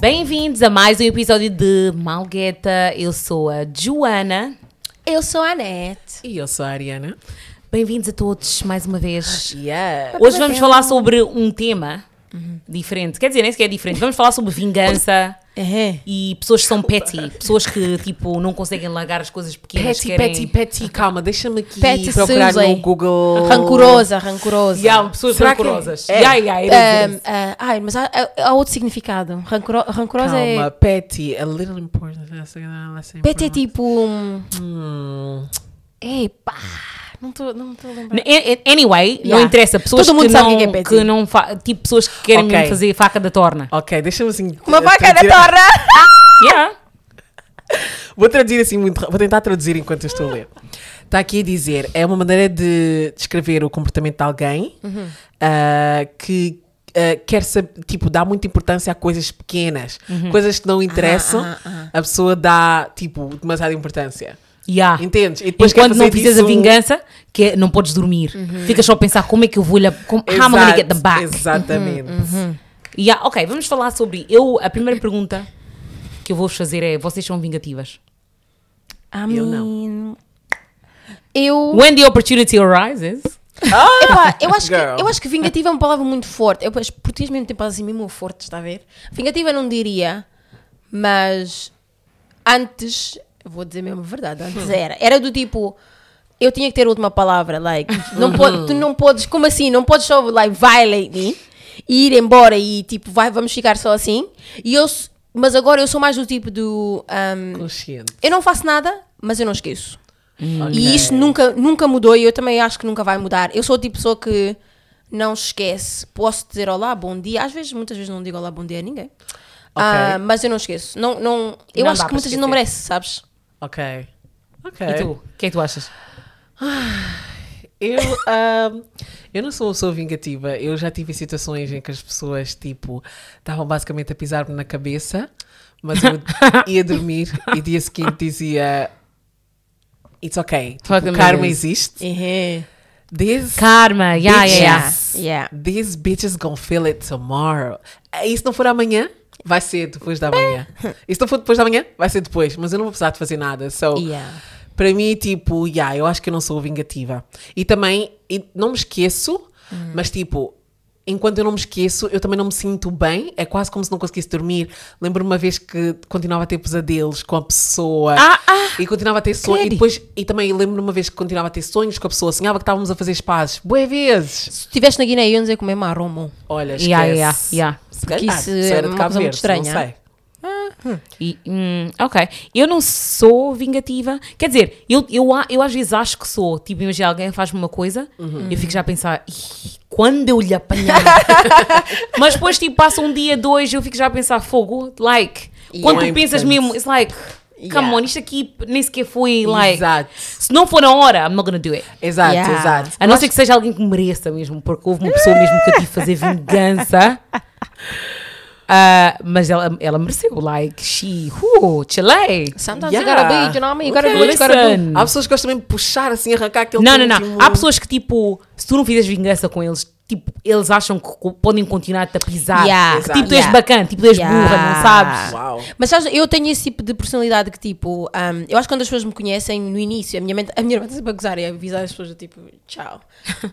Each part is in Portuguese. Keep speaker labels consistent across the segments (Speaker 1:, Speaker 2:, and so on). Speaker 1: Bem-vindos a mais um episódio de Malgueta. Eu sou a Joana.
Speaker 2: Eu sou a Anete.
Speaker 3: E eu sou a Ariana.
Speaker 1: Bem-vindos a todos mais uma vez.
Speaker 3: Yeah.
Speaker 1: Hoje vamos falar sobre um tema diferente. Quer dizer, nem sequer é diferente. Vamos falar sobre vingança
Speaker 2: É.
Speaker 1: e pessoas que são petty. Pessoas que, tipo, não conseguem largar as coisas pequenas.
Speaker 3: Petty,
Speaker 1: querem...
Speaker 3: petty, petty, calma, deixa-me aqui
Speaker 2: Petty
Speaker 3: procurar
Speaker 2: Suzy.
Speaker 3: no Google.
Speaker 2: Rancurosa, rancurosa.
Speaker 1: Yeah, pessoas
Speaker 3: Será que-
Speaker 1: rancorosas.
Speaker 3: É.
Speaker 1: Yeah, yeah, era
Speaker 2: Ahm,
Speaker 1: isso.
Speaker 2: ah, ai, mas há, há- há outro significado. Rancuro, rancorosa
Speaker 3: Calma,
Speaker 2: é.
Speaker 3: petty, a little important. that's a- that's a
Speaker 2: Pet é
Speaker 3: important.
Speaker 2: tipo. um,
Speaker 3: Hum.
Speaker 2: Ei, pá. Não estou não tô a lembrar.
Speaker 1: N- an- an- Anyway, não
Speaker 2: Yeah.
Speaker 1: interessa. Pessoas
Speaker 2: Todo
Speaker 1: que,
Speaker 2: mundo
Speaker 1: não,
Speaker 2: sabe o que é petty.
Speaker 1: que não fa- Tipo, pessoas que querem
Speaker 3: Ok.
Speaker 1: fazer faca da torna.
Speaker 3: Ok, deixa-me assim.
Speaker 2: Uma
Speaker 3: tra-
Speaker 2: vaca da
Speaker 3: traduzir-
Speaker 2: torre!
Speaker 1: Yeah.
Speaker 3: Vou traduzir assim muito rápido. Vou tentar traduzir enquanto eu estou a ler. Está aqui a dizer: é uma maneira de descrever o comportamento de alguém
Speaker 2: Uhum.
Speaker 3: ah, que ah, quer saber, tipo, dá muita importância a coisas pequenas,
Speaker 2: Uhum.
Speaker 3: coisas que não interessam.
Speaker 2: ah,
Speaker 3: A pessoa dá, tipo, demasiada importância.
Speaker 1: Yeah.
Speaker 3: Entendes? E depois quer
Speaker 1: Enquanto não
Speaker 3: fazer
Speaker 1: fizeres a
Speaker 3: disso um-
Speaker 1: vingança, que é- não podes dormir. Ficas só a pensar como é que eu vou lhe. Como, how am I gonna get them
Speaker 3: Exato,
Speaker 1: back? Uhum,
Speaker 3: Exatamente.
Speaker 1: Yeah, ok, vamos falar sobre. Eu, a primeira pergunta que eu vou vos fazer é: vocês são vingativas?
Speaker 3: Eu não.
Speaker 2: Amém.
Speaker 3: Uh.
Speaker 2: Eu.
Speaker 1: When the opportunity arises.
Speaker 2: Epá, eu acho, que,
Speaker 3: Girl.
Speaker 2: eu acho que vingativa é uma palavra muito forte. Eu, os portugueses mesmo têm palavras assim mesmo fortes, está a ver? Vingativa eu não diria, mas antes, eu vou dizer mesmo a verdade, antes era. Era do tipo, eu tinha que ter a última palavra, like, não po- tu não podes, como assim? Não podes só, like, violate me e ir embora e tipo, vai, vamos ficar só assim. E eu, s- mas agora eu sou mais do tipo do, um,
Speaker 3: Consciente.
Speaker 2: eu não faço nada, mas eu não esqueço.
Speaker 1: Uhum.
Speaker 3: Ok.
Speaker 2: E isso nunca, nunca mudou e eu também acho que nunca vai mudar. Eu sou o tipo de pessoa que não esquece. Posso dizer olá, bom dia. Às vezes, muitas vezes não digo olá, bom dia a ninguém. Ah, mas eu não esqueço. Não, não, eu
Speaker 1: Não
Speaker 2: acho
Speaker 1: dá
Speaker 2: que
Speaker 1: para
Speaker 2: muita gente
Speaker 1: esquecer.
Speaker 2: não merece, sabes?
Speaker 3: Ok. Ok.
Speaker 1: E tu? O que é que tu achas?
Speaker 3: Eu, ahm, eu não sou uma pessoa vingativa. Eu já tive situações em que as pessoas, tipo, estavam basicamente a pisar-me na cabeça, mas eu ia dormir e dia seguinte dizia: It's okay. Tipo,
Speaker 1: Fucking
Speaker 3: o karma
Speaker 1: amazing.
Speaker 3: existe.
Speaker 2: Uhum.
Speaker 3: This,
Speaker 1: Karma, yeah, yeah, yeah.
Speaker 2: Yeah.
Speaker 3: Yes.
Speaker 2: Yeah.
Speaker 3: these bitches gonna feel it tomorrow. Ah, E se não for amanhã, vai ser depois da manhã. E se não for depois da manhã, vai ser depois. Mas eu não vou precisar de fazer nada. So,
Speaker 2: Yeah.
Speaker 3: para mim, tipo, yeah, eu acho que eu não sou vingativa. E também, e não me esqueço,
Speaker 2: Hum.
Speaker 3: mas tipo, enquanto eu não me esqueço, eu também não me sinto bem. É quase como se não conseguisse dormir. Lembro-me uma vez que continuava a ter pesadelos com a pessoa.
Speaker 1: Ah, ah!
Speaker 3: E continuava a ter sonhos. E
Speaker 1: Credo.
Speaker 3: depois, e também lembro-me uma vez que continuava a ter sonhos com a pessoa. Sonhava que estávamos a fazer as pazes. Boa vezes.
Speaker 2: Se estivesse na Guiné, eu ia dizer comer marrom.
Speaker 3: Olha, esquece.
Speaker 1: Yeah, yeah, yeah.
Speaker 3: Se
Speaker 2: Porque
Speaker 3: calhar,
Speaker 2: isso
Speaker 3: se
Speaker 2: é
Speaker 3: era de
Speaker 2: uma
Speaker 3: Cabo
Speaker 2: coisa muito
Speaker 3: Verde, não
Speaker 2: estranha.
Speaker 3: sei.
Speaker 1: E, hum, ok. Eu não sou vingativa. Quer dizer, eu, eu, a- eu às vezes acho que sou. Tipo, imagina alguém faz-me uma coisa, eu fico já a pensar, "Ih, quando eu lhe apanhar? Mas depois, tipo, passa um dia, dois, eu fico já a pensar, fogo, like. Quando
Speaker 3: Yeah.
Speaker 1: tu pensas
Speaker 3: Importante.
Speaker 1: mesmo, it's like, come
Speaker 2: Yeah.
Speaker 1: on, isto aqui nem sequer foi, like.
Speaker 3: Exato.
Speaker 1: Se não for na hora, I'm not gonna do it.
Speaker 3: Exato,
Speaker 2: Yeah.
Speaker 3: exato.
Speaker 1: A não ser que seja alguém que mereça mesmo, porque houve uma pessoa mesmo que eu tive de fazer vingança. Ah, mas ela, ela mereceu, like, she, who, chile.
Speaker 2: Sometimes
Speaker 3: Yeah.
Speaker 2: you gotta be, you know what I mean? You gotta
Speaker 1: Okay.
Speaker 2: do what you gotta do.
Speaker 1: Listen.
Speaker 3: Há pessoas que gostam mesmo de puxar assim, arrancar aquele
Speaker 1: assim,
Speaker 3: um-
Speaker 1: Não, não, não.
Speaker 3: penúltimo-
Speaker 1: Há pessoas que, tipo, se tu não fizeres vingança com eles, tipo, eles acham que co- podem continuar-te a pisar.
Speaker 2: Yeah.
Speaker 1: Que, tipo, tu és
Speaker 2: Exato.
Speaker 1: bacana, tipo, tu és
Speaker 2: Yeah.
Speaker 1: burra, não sabes?
Speaker 3: Uau.
Speaker 2: Mas sabes, eu tenho esse tipo de personalidade que tipo, hum, eu acho que quando as pessoas me conhecem no início, a minha mente, a minha irmã está sempre a gozar e a avisar as pessoas, tipo, tchau.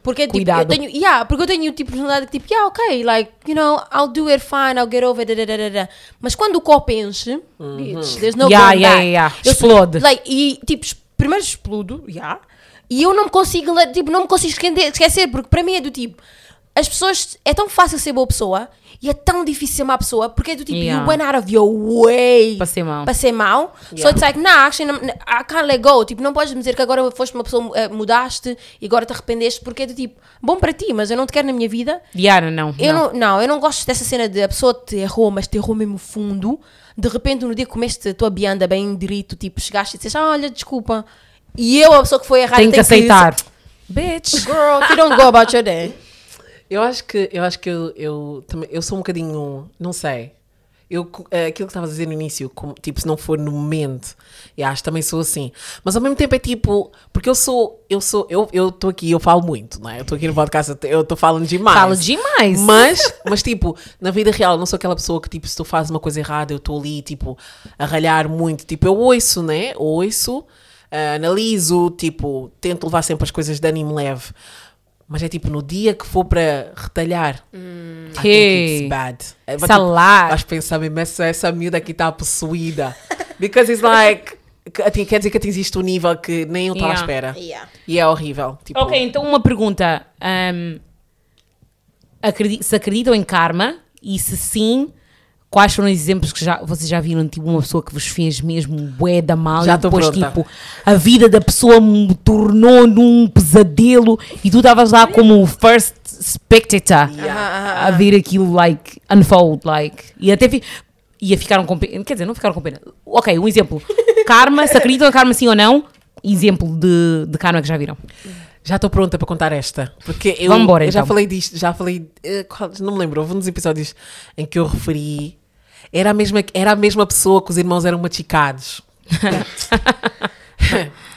Speaker 2: Porque é, tipo,
Speaker 1: Cuidado.
Speaker 2: eu tenho, yeah, porque eu tenho o tipo de personalidade que tipo, yeah, ok, like, you know, I'll do it fine, I'll get over it, da, da, da, da. Mas quando o copo enche, bitch, there's no
Speaker 1: Yeah, yeah,
Speaker 2: going back.
Speaker 1: yeah, yeah.
Speaker 2: Eu sou-
Speaker 1: Explode.
Speaker 2: like, e tipo, es- primeiro explodo, yeah, e eu não me consigo, le- tipo, não me consigo esquender- esquecer, porque para mim é do tipo, as pessoas, é tão fácil ser boa pessoa e é tão difícil ser má pessoa, porque é do tipo,
Speaker 1: Yeah.
Speaker 2: you went out of your way
Speaker 1: Para ser mau.
Speaker 2: Para ser mau. So it's like, nah, actually, n- n- I can't let go. Tipo, não podes me dizer que agora foste uma pessoa, eh, mudaste e agora te arrependeste, porque é do tipo, bom para ti, mas eu não te quero na minha vida.
Speaker 1: Yeah, não, não.
Speaker 2: Eu não. não, eu não gosto dessa cena de a pessoa te errou, mas te errou mesmo fundo. De repente, no dia que comeste a tua bianda bem direito, tipo, chegaste e disseste, ah, olha, desculpa. E eu, a pessoa que foi errada,
Speaker 1: Tenho que
Speaker 2: tenho
Speaker 1: aceitar. Bitch.
Speaker 2: Girl, if you don't go about your day.
Speaker 3: Eu acho que eu acho que eu, eu também eu sou um bocadinho, não sei. Eu, co- eh, aquilo que estavas a dizer no início, como, tipo, se não for no momento, e acho que também sou assim. Mas ao mesmo tempo é tipo, porque eu sou, eu sou, eu estou aqui, eu falo muito, não é? Eu estou aqui no podcast, eu te- eu estou falando demais.
Speaker 1: Fala demais.
Speaker 3: Mas, mas, tipo, na vida real, eu não sou aquela pessoa que, tipo, se tu fazes uma coisa errada, eu estou ali, tipo, a ralhar muito. Tipo, eu ouço, né? Ouço, ah, analiso, tipo, tento levar sempre as coisas de ânimo leve. Mas é tipo, no dia que for para retalhar,
Speaker 1: Hum.
Speaker 3: I think
Speaker 1: Hey.
Speaker 3: it's bad. É, mas,
Speaker 1: Salar.
Speaker 3: Vais pensar mesmo, essa, essa miúda aqui está possuída. Because it's like, que- ati- quer dizer que atingiste um nível que nem eu estava
Speaker 1: Yeah.
Speaker 3: à espera.
Speaker 2: Yeah.
Speaker 3: E é horrível. Tipo,
Speaker 1: Ok, então uma pergunta. Ahm, acredi- se acreditam em karma? E se sim, quais foram os exemplos que já, vocês já viram? Tipo, uma pessoa que vos fez mesmo bué da mal
Speaker 3: Já
Speaker 1: e
Speaker 3: tô
Speaker 1: depois,
Speaker 3: pronta.
Speaker 1: tipo, a vida da pessoa me tornou num pesadelo e tu estavas lá como o first spectator a ver aquilo, like, unfold, like. E até fi, ia ficaram com pena. Quer dizer, não ficaram com pena. Ok, um exemplo. Karma, se acreditam em karma sim ou não? Exemplo de, de karma que já viram.
Speaker 3: Já estou pronta para contar esta. Porque eu,
Speaker 1: Vambora,
Speaker 3: eu já
Speaker 1: então.
Speaker 3: falei disto, já falei. eh, qual- não me lembro, houve um dos episódios em que eu referi. Era a mesma, era a mesma pessoa que os irmãos eram machicados.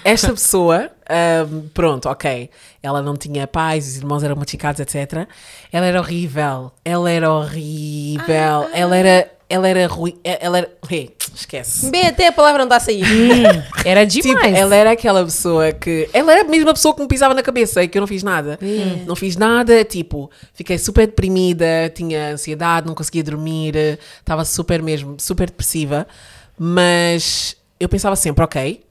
Speaker 3: Esta pessoa, ahm, pronto, ok. Ela não tinha pais, os irmãos eram machicados, etc. Ela era horrível. Ela era horrível. Ela era. Ela era ruim. eh, Ela era. Hey, esquece.
Speaker 2: B, até a palavra não está a sair.
Speaker 1: Era
Speaker 3: Tipo,
Speaker 1: demais.
Speaker 3: ela era aquela pessoa que. Ela era a mesma pessoa que me pisava na cabeça e que eu não fiz
Speaker 1: Hum.
Speaker 3: nada. Não fiz nada, tipo, fiquei super deprimida, tinha ansiedade, não conseguia dormir, estava super mesmo, super depressiva. Mas eu pensava sempre, ok,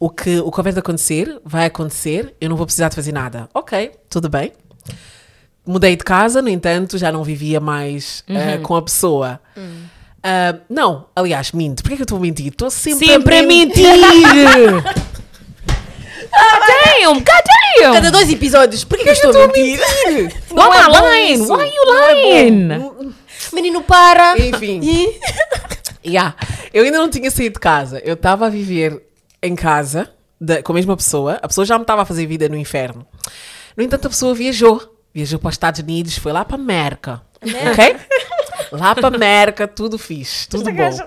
Speaker 3: o que, o que houver de acontecer, vai acontecer, eu não vou precisar de fazer nada. Ok, tudo bem. Mudei de casa, no entanto, já não vivia mais
Speaker 1: Uhum.
Speaker 3: eh, com a pessoa.
Speaker 1: Hum.
Speaker 3: Ah, não, aliás, minto. Porquê que eu estou a mentir? Estou sempre,
Speaker 1: Sempre a mentir! Goddamn!
Speaker 2: Cada
Speaker 1: Goddamn!
Speaker 2: dois episódios. Porquê que eu estou a mentir?
Speaker 1: Não
Speaker 2: é
Speaker 1: há
Speaker 2: bom
Speaker 1: lying!
Speaker 2: isso.
Speaker 1: Why are you lying?
Speaker 2: Menino, para.
Speaker 3: Enfim.
Speaker 2: E-
Speaker 3: Yeah. Eu ainda não tinha saído de casa. Eu estava a viver em casa da- com a mesma pessoa. A pessoa já me estava a fazer vida no inferno. No entanto, a pessoa viajou. Viajou para os Estados Unidos, foi lá para a América. Ok? lá para a América, tudo fixe, tudo bom.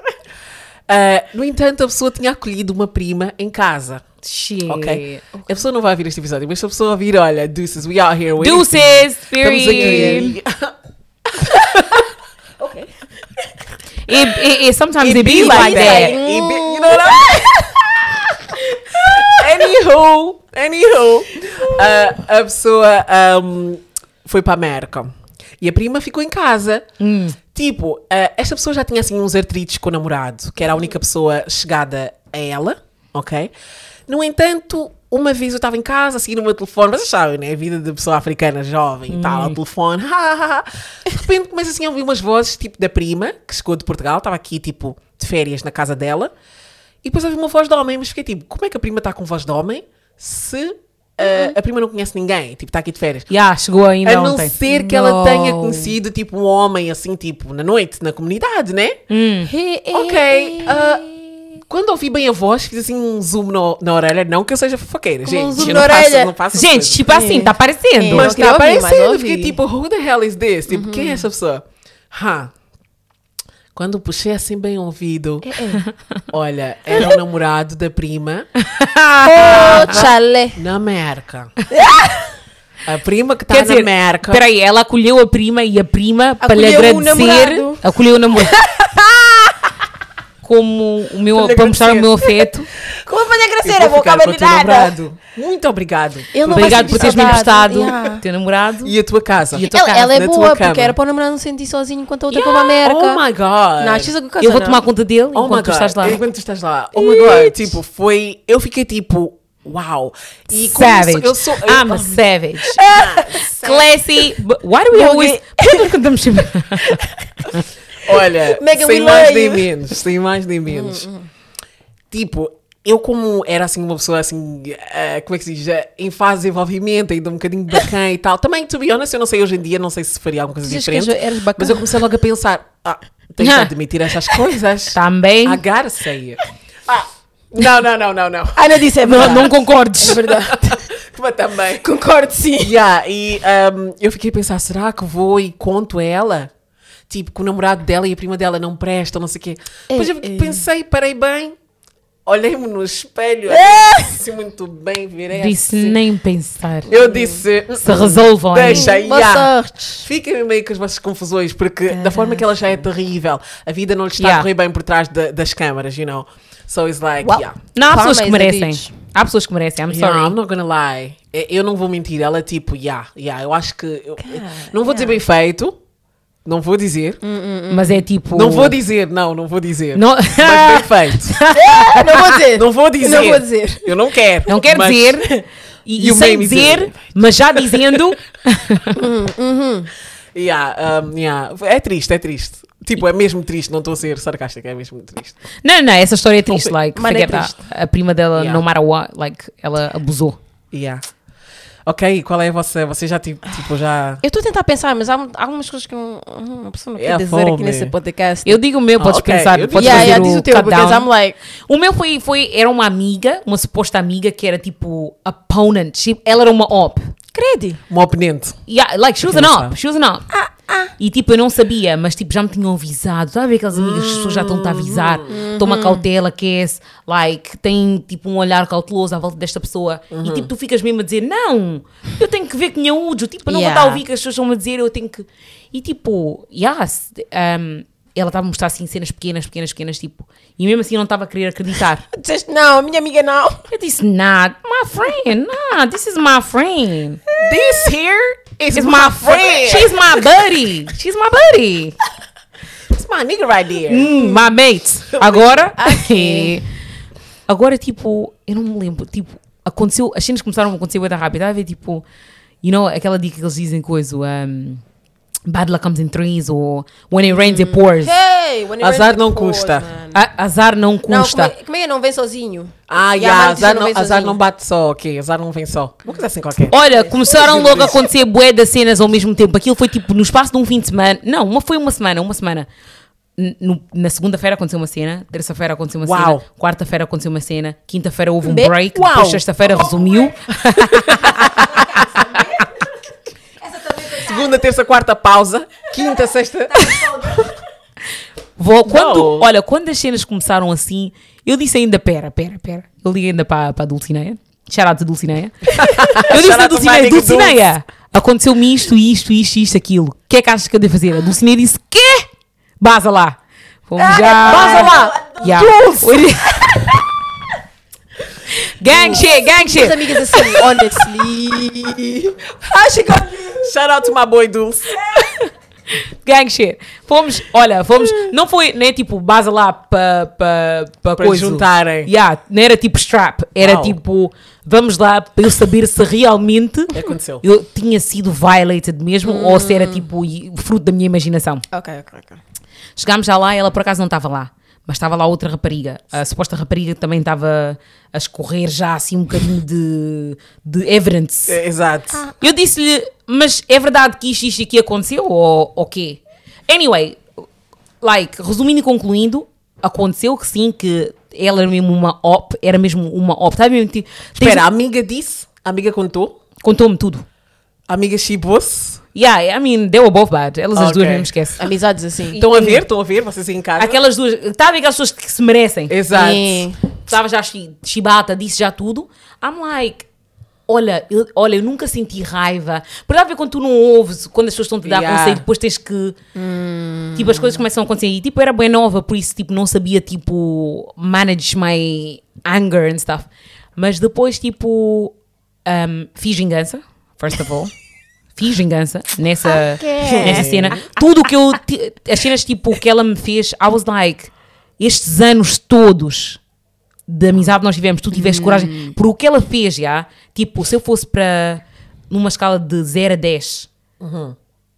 Speaker 3: Ah, no entanto, a pessoa tinha acolhido uma prima em casa.
Speaker 1: Shit.
Speaker 3: Ok? A pessoa não vai ouvir este episódio, mas se a pessoa ouvir, olha, deuces, we are here. waiting.
Speaker 1: Deuces,
Speaker 3: Estamos
Speaker 1: period.
Speaker 3: aqui.
Speaker 1: It, it, it- sometimes it,
Speaker 3: It
Speaker 1: be, like that.
Speaker 2: that.
Speaker 3: It be- you know what I- anywho, anywho, a- a pessoa um, foi para a América e a prima ficou em casa. Tipo, eh, esta pessoa já tinha assim uns artrites com o namorado, que era a única pessoa chegada a ela, ok? No entanto, uma vez eu estava em casa, a seguir o meu telefone, vocês sabem, né? A vida de pessoa africana jovem e tal, ao telefone, de repente começo assim a ouvir umas vozes, tipo, da prima, que chegou de Portugal, estava aqui, tipo, de férias na casa dela, e depois ouvi uma voz de homem, mas fiquei tipo, como é que a prima está com voz de homem se eh,
Speaker 2: Uhum.
Speaker 3: a prima não conhece ninguém, tipo, está aqui de férias?
Speaker 1: Yeah, chegou ainda
Speaker 3: a não
Speaker 1: ontem.
Speaker 3: ser que ela tenha
Speaker 2: No.
Speaker 3: conhecido tipo um homem assim, tipo, na noite, na comunidade, né?
Speaker 2: Hum.
Speaker 3: Ok. ah, quando ouvi bem a voz, fiz assim um zoom no- na orelha. Não que eu seja fofoqueira, gente.
Speaker 2: um zoom
Speaker 3: eu
Speaker 2: na
Speaker 3: não faço-
Speaker 2: orelha.
Speaker 3: não faço essas
Speaker 1: Gente,
Speaker 3: coisas.
Speaker 1: tipo assim, tá aparecendo.
Speaker 2: É.
Speaker 3: Mas
Speaker 2: queria
Speaker 3: tá
Speaker 2: ouvir, mas
Speaker 3: aparecendo.
Speaker 2: ouvi. Uhum.
Speaker 3: Fiquei tipo, who the hell is this? Tipo, quem é essa pessoa? Ha. Quando puxei assim bem o ouvido,
Speaker 2: É.
Speaker 3: olha, era o namorado da prima
Speaker 2: Oh, chale.
Speaker 3: na América. A prima que
Speaker 1: Quer
Speaker 3: está Tá
Speaker 1: dizer,
Speaker 3: na América.
Speaker 1: peraí, ela acolheu a prima e a prima, para lhe
Speaker 2: Acolheu o
Speaker 1: agradecer,
Speaker 2: namorado.
Speaker 1: acolheu o namorado. Como o meu,
Speaker 3: Para lhe
Speaker 1: para mostrar o
Speaker 3: agradecer.
Speaker 1: meu afeto.
Speaker 2: Como é fazer
Speaker 3: Eu
Speaker 2: crescer a
Speaker 3: vou
Speaker 2: boca
Speaker 3: ficar com o teu
Speaker 2: abandonada?
Speaker 3: namorado. Muito obrigado.
Speaker 2: Ele não vai
Speaker 1: Obrigado
Speaker 2: sentir
Speaker 1: por teres me
Speaker 2: saudade.
Speaker 1: emprestado
Speaker 2: é Yeah.
Speaker 1: o teu namorado.
Speaker 3: E a tua casa.
Speaker 1: E a tua
Speaker 2: Ela,
Speaker 1: casa
Speaker 2: ela é
Speaker 3: na tua
Speaker 2: boa,
Speaker 3: cama.
Speaker 2: porque era para o namorado não se sentir sozinho enquanto a outra
Speaker 3: Yeah,
Speaker 2: foi para a América.
Speaker 3: Oh my god.
Speaker 2: Não, achas que
Speaker 1: Eu vou tomar conta dele
Speaker 3: Oh my
Speaker 1: enquanto tu
Speaker 3: god.
Speaker 1: estás lá.
Speaker 3: Enquanto tu estás lá. Oh my god. Tipo, foi. Eu fiquei tipo, uau. E como
Speaker 1: savage. Ah,
Speaker 3: Eu sou. Eu Ah, sou eu,
Speaker 1: I'm a savage. Ah, Classy. But why do we
Speaker 2: Bom,
Speaker 1: always.
Speaker 2: e-
Speaker 1: Por que nós cantamos sempre?
Speaker 3: Olha,
Speaker 2: Megan,
Speaker 3: sem
Speaker 2: we
Speaker 3: mais
Speaker 2: love
Speaker 3: nem
Speaker 2: you.
Speaker 3: menos, sem mais nem menos.
Speaker 2: Hum,
Speaker 3: Tipo, eu como era assim uma pessoa assim, eh, como é que se diz, Eh, em fase de desenvolvimento, ainda um bocadinho bacana e tal. Também, to be honest, eu não sei hoje em dia, não sei se faria alguma coisa
Speaker 2: Dizias que
Speaker 3: diferente.
Speaker 2: já eras bacana.
Speaker 3: mas eu comecei logo a pensar, ah, tenho que
Speaker 1: Ah.
Speaker 3: admitir estas coisas.
Speaker 2: Tá
Speaker 1: Também.
Speaker 3: I gotta say it. Ah, não, não, não, não, não.
Speaker 2: Ana disse, é
Speaker 1: Não,
Speaker 2: verdade.
Speaker 1: não concordes.
Speaker 3: Mas também.
Speaker 2: Concordo, sim.
Speaker 3: Yeah, e um, eu fiquei a pensar, será que vou e conto a ela? tipo, que o namorado dela e a prima dela não prestam, não sei o quê.
Speaker 1: É,
Speaker 3: Depois eu
Speaker 2: ei.
Speaker 3: pensei, parei bem, olhei-me no espelho, olhei assim muito bem,
Speaker 1: É.
Speaker 3: virei
Speaker 1: Disse
Speaker 3: assim.
Speaker 1: nem pensar.
Speaker 3: Eu disse, "Uh-uh,
Speaker 1: Se resolvam.
Speaker 3: Deixa. Já,
Speaker 2: Boa
Speaker 3: já.
Speaker 2: sorte.
Speaker 3: Fiquem meio com as vossas confusões, porque da forma que ela já é terrível, a vida não lhe está
Speaker 1: Yeah.
Speaker 3: a correr bem por trás da- das câmaras, you know. So it's like,
Speaker 2: Wow.
Speaker 3: yeah.
Speaker 1: Não, há
Speaker 2: Karma
Speaker 1: pessoas
Speaker 2: is
Speaker 1: que
Speaker 2: a
Speaker 1: merecem.
Speaker 2: bitch.
Speaker 1: Há pessoas que merecem. I'm
Speaker 3: Yeah, I'm
Speaker 1: sorry.
Speaker 3: not gonna lie. Eh, Eu não vou mentir. Ela, tipo, yeah, yeah. Eu acho que. eu- não vou dizer bem feito. Não vou dizer.
Speaker 1: Mas é tipo.
Speaker 3: Não vou dizer, não, não vou dizer.
Speaker 1: Não-
Speaker 3: Mas bem feito.
Speaker 2: não vou dizer.
Speaker 3: Ah, Não vou dizer.
Speaker 2: Não vou dizer.
Speaker 3: Eu não quero.
Speaker 1: Não quero
Speaker 3: mas-
Speaker 1: dizer. E, e
Speaker 3: You made
Speaker 1: sem
Speaker 3: me
Speaker 1: dizer,
Speaker 3: do
Speaker 1: mas já dizendo.
Speaker 3: Yeah, um, yeah. É triste, é triste. Tipo, é mesmo triste. Não estou a ser sarcástica, é mesmo triste.
Speaker 1: Não, não, essa história é triste. Like,
Speaker 2: Mano, é
Speaker 1: forget that. A prima dela,
Speaker 3: Yeah.
Speaker 1: no matter what, like, ela abusou.
Speaker 3: Yeah. Ok, qual é a vossa. Você já, tipo, tipo, já.
Speaker 2: Eu estou a tentar pensar, mas há algumas coisas que um- uma pessoa não
Speaker 3: É
Speaker 2: quer
Speaker 3: a
Speaker 2: dizer aqui
Speaker 3: fome.
Speaker 2: nesse podcast.
Speaker 1: Eu digo o meu,
Speaker 3: Ah,
Speaker 1: podes
Speaker 3: ok.
Speaker 1: pensar.
Speaker 3: Eu digo-
Speaker 1: Podes
Speaker 2: yeah,
Speaker 1: fazer
Speaker 2: yeah, diz o teu, porque
Speaker 1: countdown.
Speaker 2: I'm like,
Speaker 1: O meu foi, foi, era uma amiga, uma suposta amiga que era tipo opponent. She- ela era uma op.
Speaker 2: credi.
Speaker 3: Uma oponente.
Speaker 1: Yeah, like, she was
Speaker 3: Quem
Speaker 1: an
Speaker 3: sabe?
Speaker 1: op. She was an op. E tipo, eu não sabia, mas tipo, já me tinham avisado. Sabe aquelas amigas que as pessoas já estão-te a avisar? Toma cautela, aquece. Like, tem tipo um olhar cauteloso à volta desta pessoa. E tipo, tu ficas mesmo a dizer, não, eu tenho que ver que tinha útil. Tipo, eu não
Speaker 2: Yeah.
Speaker 1: vou dar a ouvir que as pessoas estão a dizer, eu tenho que... E tipo, yeah, se- um, ela estava a mostrar assim cenas pequenas, pequenas, pequenas, tipo. E mesmo assim eu não estava a querer acreditar.
Speaker 2: Disseste, não, a minha amiga não.
Speaker 1: Eu disse, nah, my friend, nah, this is my friend.
Speaker 3: This here is,
Speaker 1: It's my friend. She's my buddy. She's my buddy.
Speaker 3: She's my nigga right there.
Speaker 1: Hum, my mate. Agora. Agora, tipo, eu não me lembro. Tipo, aconteceu. As cenas começaram a acontecer muito rápido. Estava a ver, tipo, you know, aquela dica que eles dizem coisa. Um, Bad luck comes in threes ou when it rains it pours.
Speaker 2: Hey, when it
Speaker 3: Azar
Speaker 2: rains, it
Speaker 3: não
Speaker 2: pours,
Speaker 3: custa.
Speaker 2: man.
Speaker 1: A- azar Hum. não
Speaker 2: Não, como
Speaker 1: custa.
Speaker 2: é, como é que não vem sozinho?
Speaker 3: Ah,
Speaker 2: E a
Speaker 3: yeah,
Speaker 2: Mari disse,
Speaker 3: azar, não,
Speaker 2: vem
Speaker 3: azar
Speaker 2: sozinho.
Speaker 3: não bate só, ok. Azar não vem só. Uma coisa assim qualquer.
Speaker 1: Olha, começaram logo a acontecer bué das cenas ao mesmo tempo. Aquilo foi tipo no espaço de um fim de semana. Não, uma foi uma semana, uma semana. N- no- na segunda-feira aconteceu uma cena, terça-feira aconteceu uma
Speaker 3: Uau.
Speaker 1: cena, quarta-feira aconteceu uma cena, quinta-feira houve um
Speaker 2: Be-
Speaker 1: break,
Speaker 3: Uau.
Speaker 1: depois sexta-feira resumiu.
Speaker 3: Segunda, terça, quarta, pausa. Quinta, sexta.
Speaker 1: Vou- quando,
Speaker 3: Uau.
Speaker 1: olha, quando as cenas começaram assim, eu disse ainda: pera, pera, pera. Eu liguei ainda para a Dulcineia. Charada Dulcineia. Eu disse
Speaker 3: Shout
Speaker 1: a
Speaker 3: out to my
Speaker 1: Dulcineia:
Speaker 3: nigga Dulce.
Speaker 1: Dulcineia, aconteceu-me isto, isto, isto, isto, aquilo. O que é que achas que eu devo fazer? A Dulcineia disse: Quê? Baza lá. Fomos já.
Speaker 3: Pausa Ah, lá.
Speaker 1: Yeah. Oi- gang shit, gang
Speaker 2: As
Speaker 1: shit.
Speaker 2: amigas assim, honestly. Ai, chegou.
Speaker 3: Shout out to my boy Dulce.
Speaker 1: Gang shit. Fomos, olha, fomos. Não foi, nem tipo, baza lá para pa, pa
Speaker 3: Pra
Speaker 1: coisa.
Speaker 3: juntarem.
Speaker 1: Yeah, não era tipo strap. Era
Speaker 3: Uau.
Speaker 1: tipo, vamos lá para eu saber se realmente
Speaker 3: Aconteceu.
Speaker 1: eu tinha sido violated mesmo ou se era tipo i- fruto da minha imaginação.
Speaker 2: Ok, ok, ok.
Speaker 1: Chegámos já lá, ela por acaso não estava lá. Mas estava lá outra rapariga. A suposta rapariga também estava a escorrer já assim um bocadinho de, de evidence.
Speaker 3: É, Exato.
Speaker 1: Eu disse-lhe, mas é verdade que isto, isto aqui aconteceu ou o quê? Anyway, like, resumindo e concluindo, aconteceu que sim, que ela era mesmo uma op, era mesmo uma op. Sabe mesmo? tipo, tens- um-
Speaker 3: Espera, a amiga disse, a amiga contou,
Speaker 1: Contou-me tudo.
Speaker 3: a amiga chibou-se.
Speaker 1: Yeah, I mean, they were both bad. Elas as duas
Speaker 3: Ok.
Speaker 1: mesmo esquecem.
Speaker 2: Amizades assim.
Speaker 3: Estão a ver, estão a ver, vocês aí em casa.
Speaker 1: Aquelas duas, sabem aquelas pessoas que se merecem?
Speaker 3: Exato.
Speaker 2: Sim.
Speaker 1: Estava já chi- chibata, disse já tudo. I'm like, olha, eu, olha, eu nunca senti raiva. Por lá ver quando tu não ouves, quando as pessoas estão-te a dar
Speaker 3: Yeah.
Speaker 1: conselho, depois tens que. Tipo, as coisas começam a acontecer. E tipo, eu era bem nova, por isso, tipo, não sabia, tipo, manage my anger and stuff. Mas depois, tipo, um, fiz vingança, first of all. Fiz vingança nessa,
Speaker 2: Ok.
Speaker 1: nessa cena. Tudo o que eu. ti- As cenas tipo que ela me fez, I was like, estes anos todos de amizade nós tivemos, tu tiveste coragem. Por o que ela fez, já. Tipo, se eu fosse para. numa escala de 0 a 10,
Speaker 3: Uhum.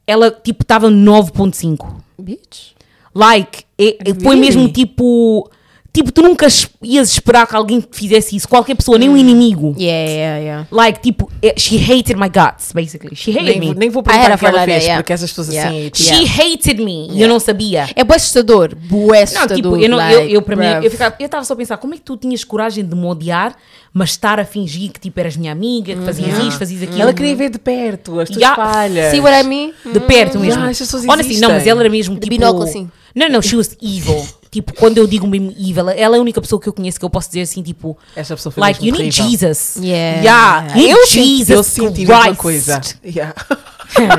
Speaker 1: ela tipo estava 9,5.
Speaker 2: Bitch.
Speaker 1: Like, e- e foi
Speaker 2: É
Speaker 3: Really?
Speaker 1: mesmo tipo. Tipo, tu nunca es- ias esperar que alguém te fizesse isso. Qualquer pessoa,
Speaker 2: Hum.
Speaker 1: nem um inimigo.
Speaker 2: Yeah, yeah, yeah.
Speaker 1: Like, tipo, eh, she hated my guts, basically. She hated
Speaker 3: Nem,
Speaker 1: me.
Speaker 3: vou- nem vou
Speaker 2: Ah, era
Speaker 3: perguntar o que ela
Speaker 2: verdade,
Speaker 3: fez,
Speaker 2: yeah.
Speaker 3: porque essas pessoas
Speaker 2: Yeah.
Speaker 3: assim...
Speaker 1: She
Speaker 3: tipo,
Speaker 2: Yeah.
Speaker 1: hated me. E Eu não sabia.
Speaker 2: É bué assustador. Bué
Speaker 1: Não,
Speaker 2: assustador.
Speaker 1: tipo, eu, não, eu,
Speaker 2: like,
Speaker 1: eu para mim,
Speaker 2: bruv.
Speaker 1: eu ficava, eu estava só a pensar, como é que tu tinhas coragem de me odiar, mas estar a fingir que tipo eras minha amiga, que fazias
Speaker 2: Uhum.
Speaker 1: isto, fazias aquilo.
Speaker 3: Ela queria ver de perto as tuas
Speaker 1: Yeah.
Speaker 3: falhas.
Speaker 2: See what I mean?
Speaker 1: de perto
Speaker 2: Uhum.
Speaker 1: mesmo.
Speaker 2: Ah,
Speaker 3: Yeah, essas pessoas
Speaker 1: Honestly, não, mas
Speaker 3: existem.
Speaker 1: ela era mesmo
Speaker 2: De
Speaker 1: tipo.
Speaker 2: binóculo, assim.
Speaker 1: Não, não, she was evil. tipo, quando eu digo mesmo evil, ela é a única pessoa que eu conheço que eu posso dizer assim, tipo,
Speaker 3: Essa pessoa foi
Speaker 1: like, you
Speaker 3: mesmo
Speaker 1: need
Speaker 3: terrível.
Speaker 1: Jesus.
Speaker 2: Yeah.
Speaker 1: Yeah, you
Speaker 3: Eu
Speaker 1: need
Speaker 3: sinto,
Speaker 1: Jesus.
Speaker 3: eu senti
Speaker 1: Christ.
Speaker 3: uma coisa. Yeah.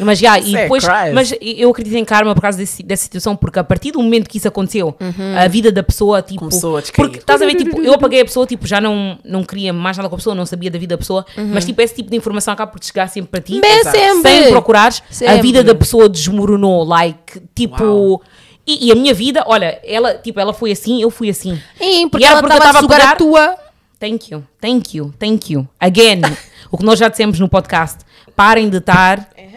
Speaker 1: Mas já, e
Speaker 3: Say
Speaker 1: depois,
Speaker 3: é Christ.
Speaker 1: mas eu acredito em karma por causa desse- dessa situação, porque a partir do momento que isso aconteceu,
Speaker 2: Uhum.
Speaker 1: a vida da pessoa, tipo,
Speaker 3: Começou a descair.
Speaker 1: porque estás a ver, tipo, eu apaguei a pessoa, tipo, já não, não queria mais nada com a pessoa, não sabia da vida da pessoa, mas tipo, esse tipo de informação acaba por te chegar sempre para ti,
Speaker 2: Mas
Speaker 1: Exato.
Speaker 2: Uhum. sempre.
Speaker 1: sem procurares, a
Speaker 2: Sempre.
Speaker 1: vida da pessoa desmoronou, like, tipo, e, e a minha vida, olha, ela, tipo, ela foi assim, eu fui assim.
Speaker 2: Ih, porque
Speaker 1: E
Speaker 2: ela estava a sugar
Speaker 1: pegar-
Speaker 2: a tua.
Speaker 1: Thank you, thank you, thank you. Again, o que nós já dissemos no podcast, parem de estar.
Speaker 3: É.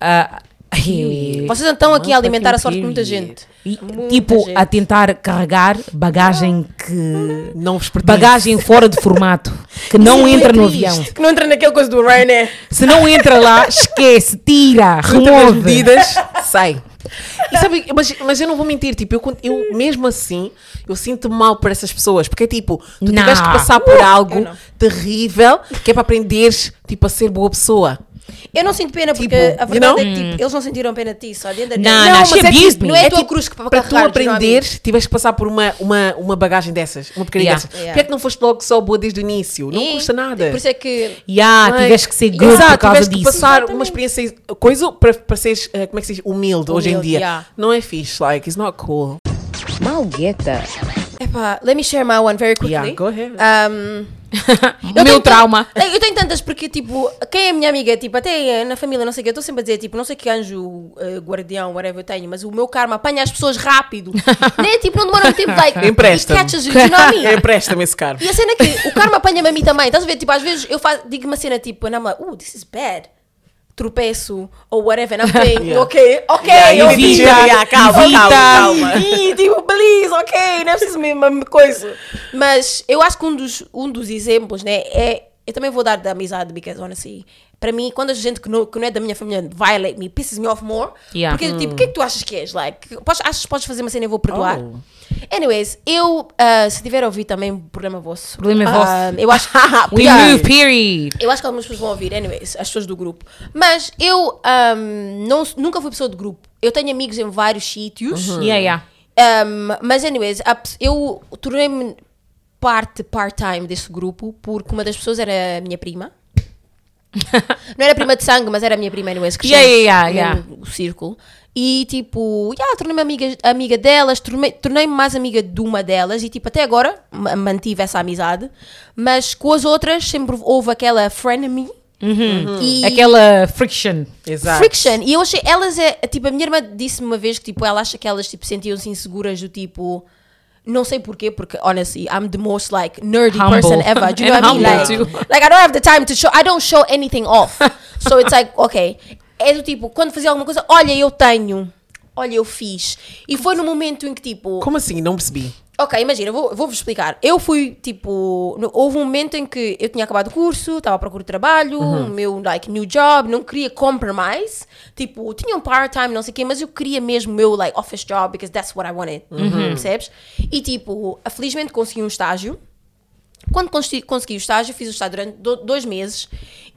Speaker 1: ah, eh,
Speaker 2: Vocês estão aqui a alimentar a sorte de muita
Speaker 3: period.
Speaker 2: gente.
Speaker 1: e, tipo,
Speaker 2: gente.
Speaker 1: a tentar carregar bagagem que.
Speaker 3: Não vos pertence.
Speaker 1: bagagem fora de formato, que
Speaker 3: é
Speaker 1: não entra no avião.
Speaker 2: Que é não entra naquela coisa do Ryanair.
Speaker 1: Se não entra lá, esquece, tira,
Speaker 3: Junta com as
Speaker 1: remove.
Speaker 3: medidas, sai. E sabe, mas, mas eu não vou mentir, tipo, eu, con- eu mesmo assim, eu sinto mal por essas pessoas, porque é tipo, tu
Speaker 1: Nah.
Speaker 3: tiveste que passar por
Speaker 2: eu
Speaker 3: algo
Speaker 2: não.
Speaker 3: terrível que é para aprenderes, tipo, a ser boa pessoa.
Speaker 2: Eu não sinto pena porque
Speaker 3: Tipo,
Speaker 2: a
Speaker 3: you
Speaker 2: verdade
Speaker 3: know?
Speaker 2: é que tipo, eles não sentiram pena de ti, só de
Speaker 1: Não, não, she abused
Speaker 3: tipo,
Speaker 1: me.
Speaker 2: Não é a
Speaker 3: é
Speaker 2: tua
Speaker 3: tipo,
Speaker 2: cruz que para,
Speaker 3: Para tu
Speaker 2: carregares, you know what I mean?
Speaker 3: aprenderes, tiveste que passar por uma, uma, uma bagagem dessas, uma porcaria
Speaker 1: Yeah.
Speaker 3: dessas.
Speaker 2: Yeah.
Speaker 3: Por que é que não foste logo só boa desde o início? Não
Speaker 2: E,
Speaker 3: custa nada.
Speaker 2: Por isso é que.
Speaker 1: Ya,
Speaker 3: Like,
Speaker 1: Ah, tiveste que ser good
Speaker 3: exato,
Speaker 1: por causa
Speaker 3: tiveste que
Speaker 1: disso.
Speaker 3: passar uma
Speaker 2: Exatamente.
Speaker 3: experiência, coisa para, para seres, eh, como é que se diz, humilde, hoje em
Speaker 2: Humilde,
Speaker 3: dia.
Speaker 2: yeah.
Speaker 3: Não é fixe, like, it's not cool.
Speaker 1: Malgueta.
Speaker 2: Epá, let me share my one very quickly.
Speaker 3: Yeah, Tá, go ahead.
Speaker 2: Um,
Speaker 1: O meu
Speaker 2: tenho tan-
Speaker 1: trauma.
Speaker 2: Ei, Eu tenho tantas porque, tipo, quem é minha amiga, tipo, até eh, na família, não sei o que, eu estou sempre a dizer, tipo, não sei que anjo, eh, guardião, whatever eu tenho, mas o meu karma apanha as pessoas rápido. né? Tipo, não demora muito tempo, like,
Speaker 3: Empresta-me.
Speaker 2: it catches you, you know what I mean?
Speaker 3: Empresta-me esse carro.
Speaker 2: E a cena é que o karma apanha-me a mim também. Estás a ver? Tipo, às vezes eu faço, digo uma cena tipo, and I'm like, ooh, this is bad. Tropeço, ou whatever, and I'm thinking,
Speaker 3: Yeah.
Speaker 2: ok, ok,
Speaker 3: Yeah,
Speaker 2: ok.
Speaker 1: evita,
Speaker 3: yeah, calma,
Speaker 1: evita.
Speaker 3: calma, calma.
Speaker 2: E tipo, please, ok, não é preciso mesmo a mesma coisa. Mas eu acho que um dos, um dos exemplos, né, é. Eu também vou dar da amizade, because honestly, para mim, quando a gente que não, que não é da minha família violate me, pisses me off more.
Speaker 1: Yeah. Hum.
Speaker 2: Porque, tipo, o que é que tu achas que és? Like, podes, achas que podes fazer uma cena e eu vou perdoar?
Speaker 3: Oh.
Speaker 2: Anyways, eu, ah, se tiver a ouvir também o problema vosso.
Speaker 1: Problema é
Speaker 2: Ah,
Speaker 1: vosso.
Speaker 2: Eu acho,
Speaker 1: We
Speaker 2: Yeah.
Speaker 1: move, period.
Speaker 2: eu acho que algumas pessoas vão ouvir, anyways, as pessoas do grupo. Mas eu ahm, não, nunca fui pessoa de grupo. Eu tenho amigos em vários sítios.
Speaker 1: Yeah, yeah.
Speaker 2: Ahm, mas, anyways, a pe- eu tornei-me parte, part-time desse grupo, porque uma das pessoas era a minha prima. Não era prima de sangue, mas era a minha prima, anyways, que
Speaker 1: Yeah, yeah, yeah,
Speaker 2: o círculo. E tipo, yeah, tornei-me amiga, amiga delas, tornei- tornei-me mais amiga de uma delas e tipo, até agora ma- mantive essa amizade. Mas com as outras sempre houve aquela frenemy. E
Speaker 1: Uhum. Aquela friction.
Speaker 3: Exato.
Speaker 2: Friction. E eu achei, elas é, tipo, a minha irmã disse-me uma vez que, tipo, ela acha que elas, tipo, sentiam-se inseguras do tipo, não sei porquê, porque, honestly, I'm the most, like, nerdy
Speaker 1: Humble.
Speaker 2: person ever. Do you know
Speaker 1: And
Speaker 2: what I mean? Like,
Speaker 1: humble,
Speaker 2: like, I don't have the time to show, I don't show anything off. So it's like, ok. É do tipo, quando fazia alguma coisa, olha, eu tenho. Olha, eu fiz. E foi no momento em que, tipo...
Speaker 3: Como assim? Não percebi.
Speaker 2: Ok, imagina, eu vou- eu vou-vos explicar. Eu fui, tipo, no- houve um momento em que eu tinha acabado o curso, estava à procura de trabalho, o meu, like, new job, não queria compromise. Tipo, tinha um part-time, não sei o quê, mas eu queria mesmo o meu, like, office job, because that's what I wanted, Uhum. percebes? E, tipo, felizmente consegui um estágio. Quando consti- consegui o estágio, fiz o estágio durante do- dois meses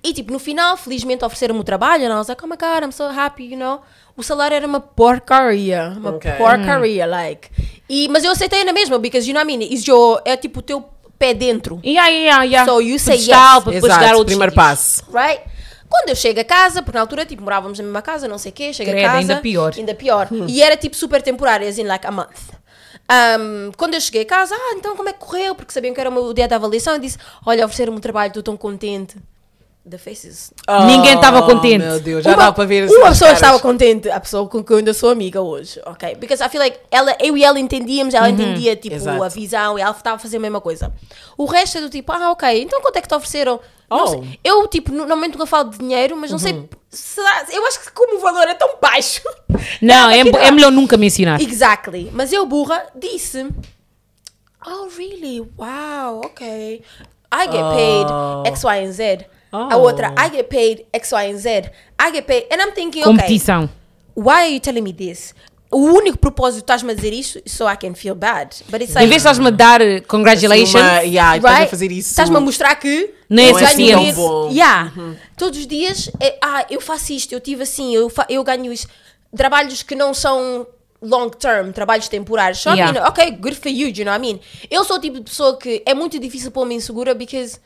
Speaker 2: e, tipo, no final, felizmente ofereceram-me o trabalho. And I was like, oh my god, I'm so happy, you know. O salário era uma porcaria. Uma
Speaker 3: Ok.
Speaker 1: Hum.
Speaker 2: porcaria, like. E, mas eu aceitei na mesma, because, you know what I mean? It's your, é tipo o teu pé dentro,
Speaker 1: Yeah, yeah, yeah.
Speaker 2: So you say
Speaker 1: Pedestal
Speaker 2: yes.
Speaker 1: Para depois chegar a
Speaker 3: Exato,
Speaker 1: outros
Speaker 3: primeiro
Speaker 1: sítios.
Speaker 3: passo.
Speaker 2: right? Quando eu chego a casa, porque na altura, tipo, morávamos na mesma casa, não sei o quê, chego
Speaker 1: Credo,
Speaker 2: a casa.
Speaker 1: ainda pior. Hum.
Speaker 2: Ainda pior. E era, tipo, super temporário, assim, like a month. Um, quando eu cheguei a casa, ah, então como é que correu? Porque sabiam que era o meu dia da avaliação. Eu disse, olha, ofereceram-me um trabalho, estou tão contente. The faces.
Speaker 1: Ninguém estava contente.
Speaker 3: Oh, Meu Deus, já
Speaker 2: uma,
Speaker 3: dá para ver as
Speaker 2: Uma
Speaker 3: suas
Speaker 2: pessoa
Speaker 3: caras.
Speaker 2: estava contente, a pessoa com quem eu ainda sou amiga hoje, ok? Because I feel like ela, eu e ela entendíamos, ela entendia tipo
Speaker 3: Uhum. Exato.
Speaker 2: a visão e ela estava a fazer a mesma coisa. O resto é do tipo, ah, ok, então quanto é que te ofereceram? Não
Speaker 3: Oh. Uhum.
Speaker 2: sei. Eu, tipo, no- normalmente nunca falo de dinheiro, mas não sei. Será, eu acho que como o valor é tão baixo.
Speaker 1: Não,
Speaker 2: Ela
Speaker 1: é,
Speaker 2: aqui
Speaker 1: é melhor nunca mencionar.
Speaker 2: Exactly. Mas eu, burra, disse. Oh, really? Wow, ok. I get paid
Speaker 3: Oh.
Speaker 2: X, Y, and Z. A
Speaker 3: Oh.
Speaker 2: outra, I get paid X, Y, and Z. I get paid. And I'm thinking, okay,
Speaker 1: Competição.
Speaker 2: why are you telling me this? O único propósito estás-me a dizer isto, so I can feel bad. But it's like,
Speaker 1: Em vez de estás-me a dar eh, congratulations,
Speaker 3: Uma, yeah, estás a
Speaker 2: right?
Speaker 3: fazer isso.
Speaker 2: Estás-me a mostrar que
Speaker 1: Não é
Speaker 2: eu
Speaker 1: suficiente.
Speaker 2: ganho
Speaker 1: Não é
Speaker 2: isso.
Speaker 3: bom. Uhum.
Speaker 2: Yeah. Todos os dias, é, ah, eu faço isto, eu tive assim, eu, fa- eu ganho isto. Trabalhos que não são long term, trabalhos temporários. So I
Speaker 1: Yeah.
Speaker 2: mean, ok, good for you, do you know what I mean? Eu sou o tipo de pessoa que é muito difícil pôr-me insegura because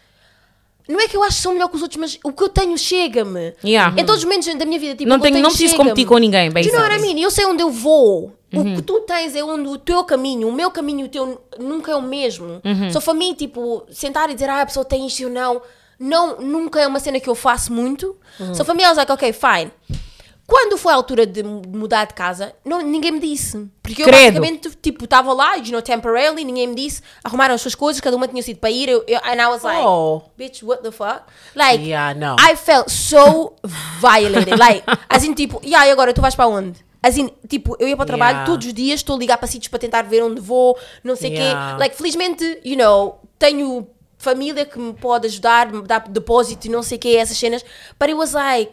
Speaker 2: não é que eu acho que sou melhor que os outros, mas o que eu tenho chega-me.
Speaker 1: Yeah.
Speaker 2: Em todos os momentos da minha vida, tipo,
Speaker 1: Não
Speaker 2: o que eu
Speaker 1: tenho- não preciso
Speaker 2: chega-me.
Speaker 1: competir com ninguém, Uhum.
Speaker 2: Do you know what I
Speaker 1: basically.
Speaker 2: mean? Eu sei onde eu vou. O que tu tens é onde o teu caminho, o meu caminho, o teu nunca é o mesmo.
Speaker 1: Uhum.
Speaker 2: Só para mim, tipo, sentar e dizer, ah, a pessoa tem isto ou não, não, nunca é uma cena que eu faço muito.
Speaker 1: Uhum.
Speaker 2: Só para mim, elas like, ok, fine. Quando foi a altura de mu- mudar de casa, não, ninguém me disse. Porque eu
Speaker 1: Credo.
Speaker 2: basicamente, tipo, estava lá, you know, temporarily, ninguém me disse, arrumaram as suas coisas, cada uma tinha sido para ir, eu, eu, and I was like,
Speaker 3: Oh.
Speaker 2: bitch, what the fuck? Like,
Speaker 3: Yeah, no.
Speaker 2: I felt so violated. Like, assim, tipo, yeah, e agora tu vais para onde? Assim, tipo, eu ia para o trabalho
Speaker 3: Yeah.
Speaker 2: todos os dias, estou a ligar para sítios para tentar ver onde vou, não sei o
Speaker 3: Yeah.
Speaker 2: quê. Like, felizmente, you know, tenho família que me pode ajudar, me dá depósito e não sei o quê, essas cenas. But it was like,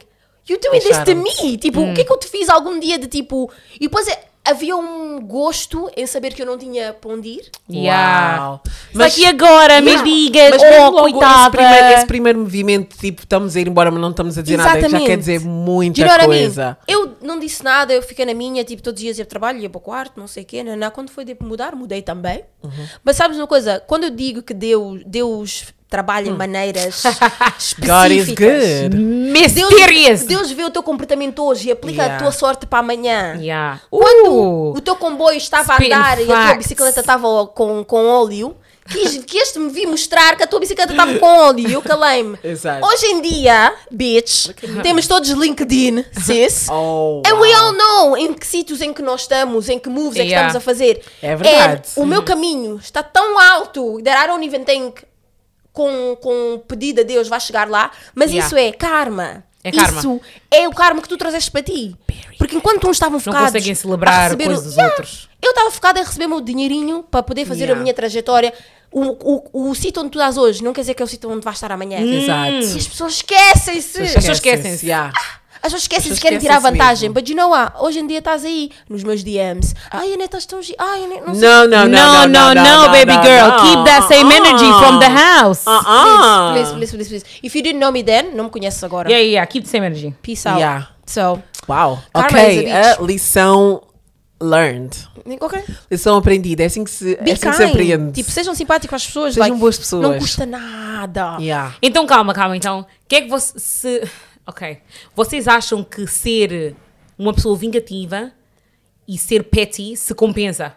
Speaker 2: you're doing this to me. Tipo,
Speaker 3: Hum.
Speaker 2: o que é que eu te fiz algum dia de tipo. E depois é, havia um gosto em saber que eu não tinha para onde ir.
Speaker 1: Yeah.
Speaker 3: Uau.
Speaker 1: Mas e agora, me
Speaker 3: Yeah.
Speaker 1: digas,
Speaker 3: Mas mesmo
Speaker 1: oh,
Speaker 3: logo Esse
Speaker 1: coitada.
Speaker 3: primeiro, esse primeiro movimento, tipo, estamos a ir embora, mas não estamos a dizer nada, que já quer dizer
Speaker 2: Do
Speaker 3: muita
Speaker 2: you know what I mean?
Speaker 3: coisa.
Speaker 2: Eu não disse nada, eu fiquei na minha, tipo, todos os dias ia para o trabalho, ia para o quarto, não sei o quê. Naná. Quando foi tipo, mudar, mudei também.
Speaker 3: Uhum.
Speaker 2: Mas sabes uma coisa? Quando eu digo que Deus, Deus trabalha em maneiras
Speaker 3: Hum. God is
Speaker 2: específicas...
Speaker 3: good.
Speaker 1: Mysterious.
Speaker 2: Deus, Deus vê o teu comportamento hoje e aplica a
Speaker 3: Yeah.
Speaker 2: tua sorte para amanhã.
Speaker 1: Yeah.
Speaker 2: Quando
Speaker 1: Uh,
Speaker 2: o teu comboio estava a
Speaker 1: Spin
Speaker 2: andar e a tua
Speaker 1: facts.
Speaker 2: bicicleta estava com, com óleo, quis, que este me vi mostrar que a tua bicicleta estava com óleo e eu calei-me.
Speaker 3: Exato.
Speaker 2: Hoje em dia, bitch, temos todos LinkedIn, sis.
Speaker 3: Oh,
Speaker 2: And we
Speaker 3: wow.
Speaker 2: all know em que sítios em que nós estamos, em que moves é que
Speaker 1: Yeah. Uhum.
Speaker 2: estamos a fazer.
Speaker 3: É verdade.
Speaker 2: And o meu caminho está tão alto, there I don't even think com, com pedido a Deus vai chegar lá, mas
Speaker 1: Yeah.
Speaker 2: isso é karma.
Speaker 1: É karma.
Speaker 2: Isso é o karma que tu trazeste para ti. Porque enquanto uns estavam
Speaker 1: não
Speaker 2: focados.
Speaker 1: conseguem celebrar
Speaker 2: a receber
Speaker 1: coisas
Speaker 2: o-
Speaker 1: dos
Speaker 2: Yeah.
Speaker 1: outros.
Speaker 2: Eu estava focada em receber o meu dinheirinho para poder fazer
Speaker 3: Yeah.
Speaker 2: a minha trajetória. O, o, o sítio onde tu estás hoje não quer dizer que é o sítio onde vais estar amanhã. E
Speaker 3: Exato.
Speaker 2: as pessoas esquecem-se.
Speaker 1: As pessoas esquecem-se.
Speaker 3: Yeah.
Speaker 2: As pessoas esquecem
Speaker 3: As pessoas
Speaker 2: se querem tirar
Speaker 3: esquecem-se
Speaker 2: vantagem.
Speaker 3: mesmo.
Speaker 2: But you know what? Hoje em dia estás aí nos meus DMs. Ai, Ana, estás tão... gi- Ai, Ana, não sei...
Speaker 3: Não, não, não, não, não, não,
Speaker 1: baby
Speaker 3: não,
Speaker 1: girl.
Speaker 3: não.
Speaker 1: Keep that same
Speaker 3: Ah,
Speaker 1: energy from the house.
Speaker 3: Ah, ah.
Speaker 2: Please, please, please, please, please. If you didn't know me then, não me conheces agora.
Speaker 1: Yeah, yeah, yeah, keep the same energy.
Speaker 2: Peace out.
Speaker 3: Yeah.
Speaker 2: So,
Speaker 3: Uau.
Speaker 2: Karma
Speaker 3: Ok,
Speaker 2: is a bitch.
Speaker 3: a lição learned.
Speaker 2: ok.
Speaker 3: Lição aprendida. É assim que se, é
Speaker 2: Be
Speaker 3: assim que se
Speaker 2: kind.
Speaker 3: aprende.
Speaker 2: Tipo, sejam simpáticos com as pessoas.
Speaker 3: Sejam
Speaker 2: like,
Speaker 3: boas pessoas.
Speaker 2: Não custa nada.
Speaker 3: yeah.
Speaker 1: Então calma, calma. Então, o que é que você se, ok, vocês acham que ser uma pessoa vingativa e ser petty se compensa?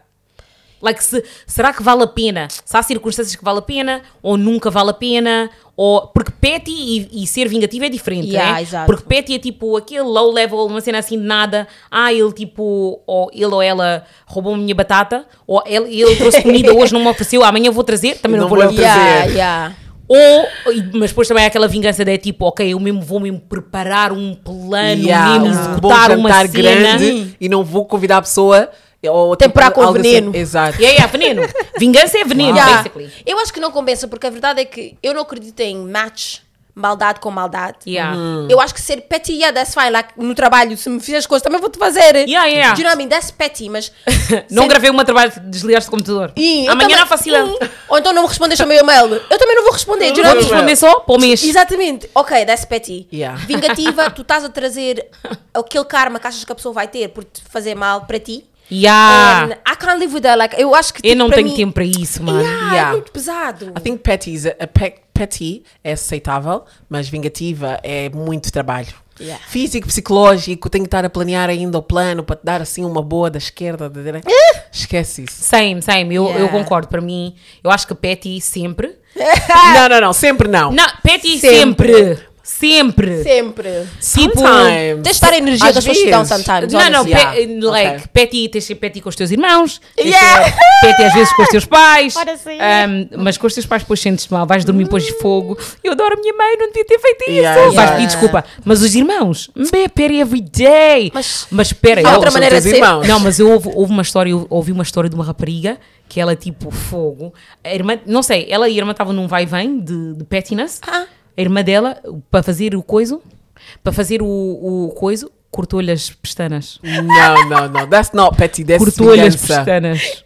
Speaker 1: Like, se, será que vale a pena? Se há circunstâncias que vale a pena ou nunca vale a pena? Ou, porque petty e, e ser vingativo é diferente,
Speaker 2: Yeah,
Speaker 1: né?
Speaker 2: exato.
Speaker 1: Porque petty é tipo aquele low level, uma cena assim de nada. Ah, ele tipo, ou ele ou ela roubou a minha batata, ou ele, ele trouxe comida hoje, não me ofereceu, amanhã vou trazer, também não,
Speaker 3: Não
Speaker 1: vou
Speaker 3: vou
Speaker 1: lhe
Speaker 3: lhe
Speaker 1: oferecer.
Speaker 2: Yeah,
Speaker 3: Prazer.
Speaker 2: yeah.
Speaker 1: Ou, e- mas depois também há aquela vingança de tipo, ok, eu mesmo vou mesmo preparar um
Speaker 2: Ah,
Speaker 1: plano,
Speaker 3: Yeah,
Speaker 1: mesmo
Speaker 3: um bom
Speaker 1: executar uma
Speaker 3: jantar
Speaker 1: cena.
Speaker 3: grande e não vou convidar a pessoa. Ou, tipo,
Speaker 2: Temperar com
Speaker 3: algo assim.
Speaker 2: veneno.
Speaker 3: Exato.
Speaker 1: Yeah, yeah, veneno. Vingança é veneno,
Speaker 2: Yeah.
Speaker 1: basically.
Speaker 2: Eu acho que não compensa, porque a verdade é que eu não acredito em match, maldade com maldade. Uhum.
Speaker 1: Yeah. Hum.
Speaker 2: Eu acho que ser petty, yeah, that's fine. Like, no trabalho, se me fizeres coisas, também vou-te fazer.
Speaker 1: Yeah, yeah.
Speaker 2: Do you know what I mean? That's petty, mas...
Speaker 1: Não
Speaker 2: ser-
Speaker 1: gravei uma trabalho de desligar-se do computador.
Speaker 2: Ih, eu
Speaker 1: Amanhã
Speaker 2: também-
Speaker 1: não há facilidade.
Speaker 2: Ih, Ou então não me respondes ao meu e-mail. Eu também não vou responder, do you know
Speaker 1: Vou
Speaker 2: what I mean?
Speaker 1: responder só para o mês.
Speaker 2: Exatamente. Ok, that's petty.
Speaker 3: Yeah.
Speaker 2: Vingativa, tu estás a trazer aquele karma que achas que a pessoa vai ter por te fazer mal para ti. And
Speaker 1: Yeah.
Speaker 2: I can't live with that. Like, eu acho que
Speaker 1: Ah. Eu
Speaker 2: tipo,
Speaker 1: não
Speaker 2: para
Speaker 1: tenho
Speaker 2: mim-
Speaker 1: tempo para isso, mano.
Speaker 2: Yeah,
Speaker 3: Yeah.
Speaker 2: É muito pesado.
Speaker 3: I think petty, is a, a pe- petty é aceitável, mas vingativa é muito trabalho.
Speaker 2: Yeah.
Speaker 3: Físico, psicológico, tenho que estar a planear ainda o plano para te dar assim uma boa da esquerda, da direita.
Speaker 2: Eh?
Speaker 3: Esquece isso.
Speaker 1: Same, same. Eu, eu
Speaker 2: Yeah.
Speaker 1: concordo. Para mim, eu acho que Petty sempre.
Speaker 3: Não, não, não, sempre não.
Speaker 1: Não, Petty
Speaker 2: Sempre.
Speaker 1: sempre. Sempre.
Speaker 2: Sempre.
Speaker 1: Tipo,
Speaker 3: Sometimes.
Speaker 2: Tens de estar a energia
Speaker 3: Às
Speaker 2: da solidão
Speaker 3: vezes.
Speaker 2: sometimes.
Speaker 1: Não, não,
Speaker 2: honestly.
Speaker 3: Yeah.
Speaker 1: pe- eh, like,
Speaker 3: Ok.
Speaker 1: petty, tens de ser petty com os teus irmãos, tens de
Speaker 2: Yeah.
Speaker 1: ser petty às vezes com os teus pais,
Speaker 2: Ora sim.
Speaker 1: ahm, mas com os teus pais depois sentes mal, vais dormir depois de fogo, eu adoro a minha mãe, não devia ter feito isso,
Speaker 3: Hum. Yeah, yeah.
Speaker 1: vais pedir desculpa, mas os irmãos, bem, petty every day,
Speaker 2: Mas-
Speaker 1: mas espera,
Speaker 2: Há
Speaker 1: eu-
Speaker 2: outra
Speaker 3: são
Speaker 2: maneira de
Speaker 3: teus
Speaker 2: ser.
Speaker 3: irmãos.
Speaker 1: não, mas eu ouvi, houve uma história, eu ouvi uma história de uma rapariga que ela tipo fogo. A irmã, não sei, ela e a irmã estavam num vai e vem de, de pettiness.
Speaker 2: Ah.
Speaker 1: A irmã dela, para fazer o coiso, para fazer o, o coiso, cortou-lhe as pestanas.
Speaker 3: Não, não, não. That's not petty. That's
Speaker 1: Cortou-lhe as
Speaker 3: vingança.
Speaker 1: pestanas.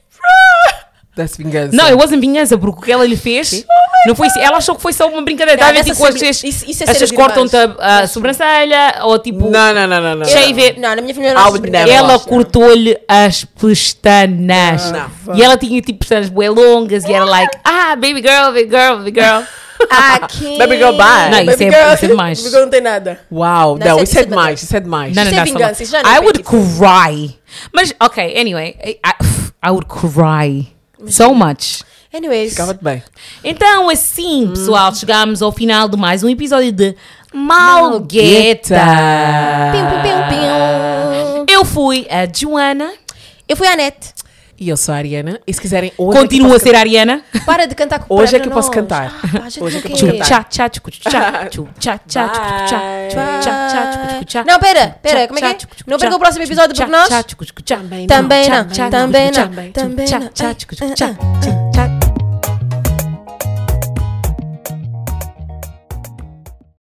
Speaker 3: That's vingança.
Speaker 1: Não, eu wasn't vingança, porque o que ela lhe fez. Não foi, ela achou que foi só uma brincadeira.
Speaker 2: Não,
Speaker 1: Estava
Speaker 2: nessa
Speaker 1: tipo, as
Speaker 2: sobrin-
Speaker 1: pessoas-
Speaker 2: isso- isso é
Speaker 1: as
Speaker 2: ser É assim.
Speaker 1: pessoas
Speaker 2: de irmãs.
Speaker 1: cortam-te a, a sobrancelha ou tipo.
Speaker 3: não, não, não, não, não.
Speaker 1: Cheio de-
Speaker 2: Não, na minha família
Speaker 3: I
Speaker 2: não tipo se
Speaker 3: would
Speaker 2: brincava.
Speaker 3: never.
Speaker 1: Ela
Speaker 3: Não.
Speaker 1: cortou-lhe as pestanas.
Speaker 3: Não.
Speaker 1: E ela tinha tipo pestanas bué longas e era like, ah, baby girl, baby girl, baby girl.
Speaker 2: Aqui.
Speaker 3: Baby girl, bye.
Speaker 1: Não, isso
Speaker 2: Ah, Baby
Speaker 1: é-
Speaker 2: girl-
Speaker 1: isso é demais.
Speaker 2: Baby girl não tem nada. Não,
Speaker 3: Wow, não,
Speaker 2: isso é-
Speaker 3: isso é
Speaker 2: isso é
Speaker 3: demais, isso é demais.
Speaker 1: Não, não,
Speaker 2: Isso é
Speaker 1: não, só não.
Speaker 2: vingança, isso já não é
Speaker 1: I would
Speaker 2: petty.
Speaker 1: cry. Mas, ok, anyway, I, I would cry.
Speaker 2: é-
Speaker 1: So much.
Speaker 2: Anyways.
Speaker 3: Ficava-te bem.
Speaker 1: Então, assim, pessoal, chegámos ao final de mais um episódio de Malgueta.
Speaker 2: Piu, piu, piu, piu.
Speaker 1: Eu fui a Joana.
Speaker 2: Eu fui à net.
Speaker 3: E eu sou a Ariana. E se quiserem, hoje
Speaker 1: Continuo a
Speaker 3: é que eu
Speaker 1: ser a Ariana.
Speaker 2: Para de cantar com
Speaker 3: Hoje
Speaker 2: para
Speaker 3: é que eu posso
Speaker 2: nós.
Speaker 3: cantar.
Speaker 2: Ah, pá, já
Speaker 3: Hoje é
Speaker 2: te
Speaker 3: que eu
Speaker 2: bloqueei.
Speaker 3: posso
Speaker 1: Tchá,
Speaker 3: cantar.
Speaker 1: tchá, tchucu, tchá, tchu, tchá, tchá, tchucu, tchá,
Speaker 3: Bye.
Speaker 1: tchu, tchá, tchá, tchucu, tchu, tchá.
Speaker 2: Não, pera, pera,
Speaker 1: Tchá,
Speaker 2: como é que é?
Speaker 1: tchá, tchucu, tchu,
Speaker 2: Não perca
Speaker 1: tchá,
Speaker 2: o próximo episódio
Speaker 1: tchá,
Speaker 2: porque nós.
Speaker 1: tchá, tchucu, tchu, tchá.
Speaker 3: Também
Speaker 2: Também não,
Speaker 1: Tchá,
Speaker 2: também não,
Speaker 1: tchá, tchá,
Speaker 2: também não.
Speaker 1: tchá, tchá, tchucu, tchu, tchá, tchá.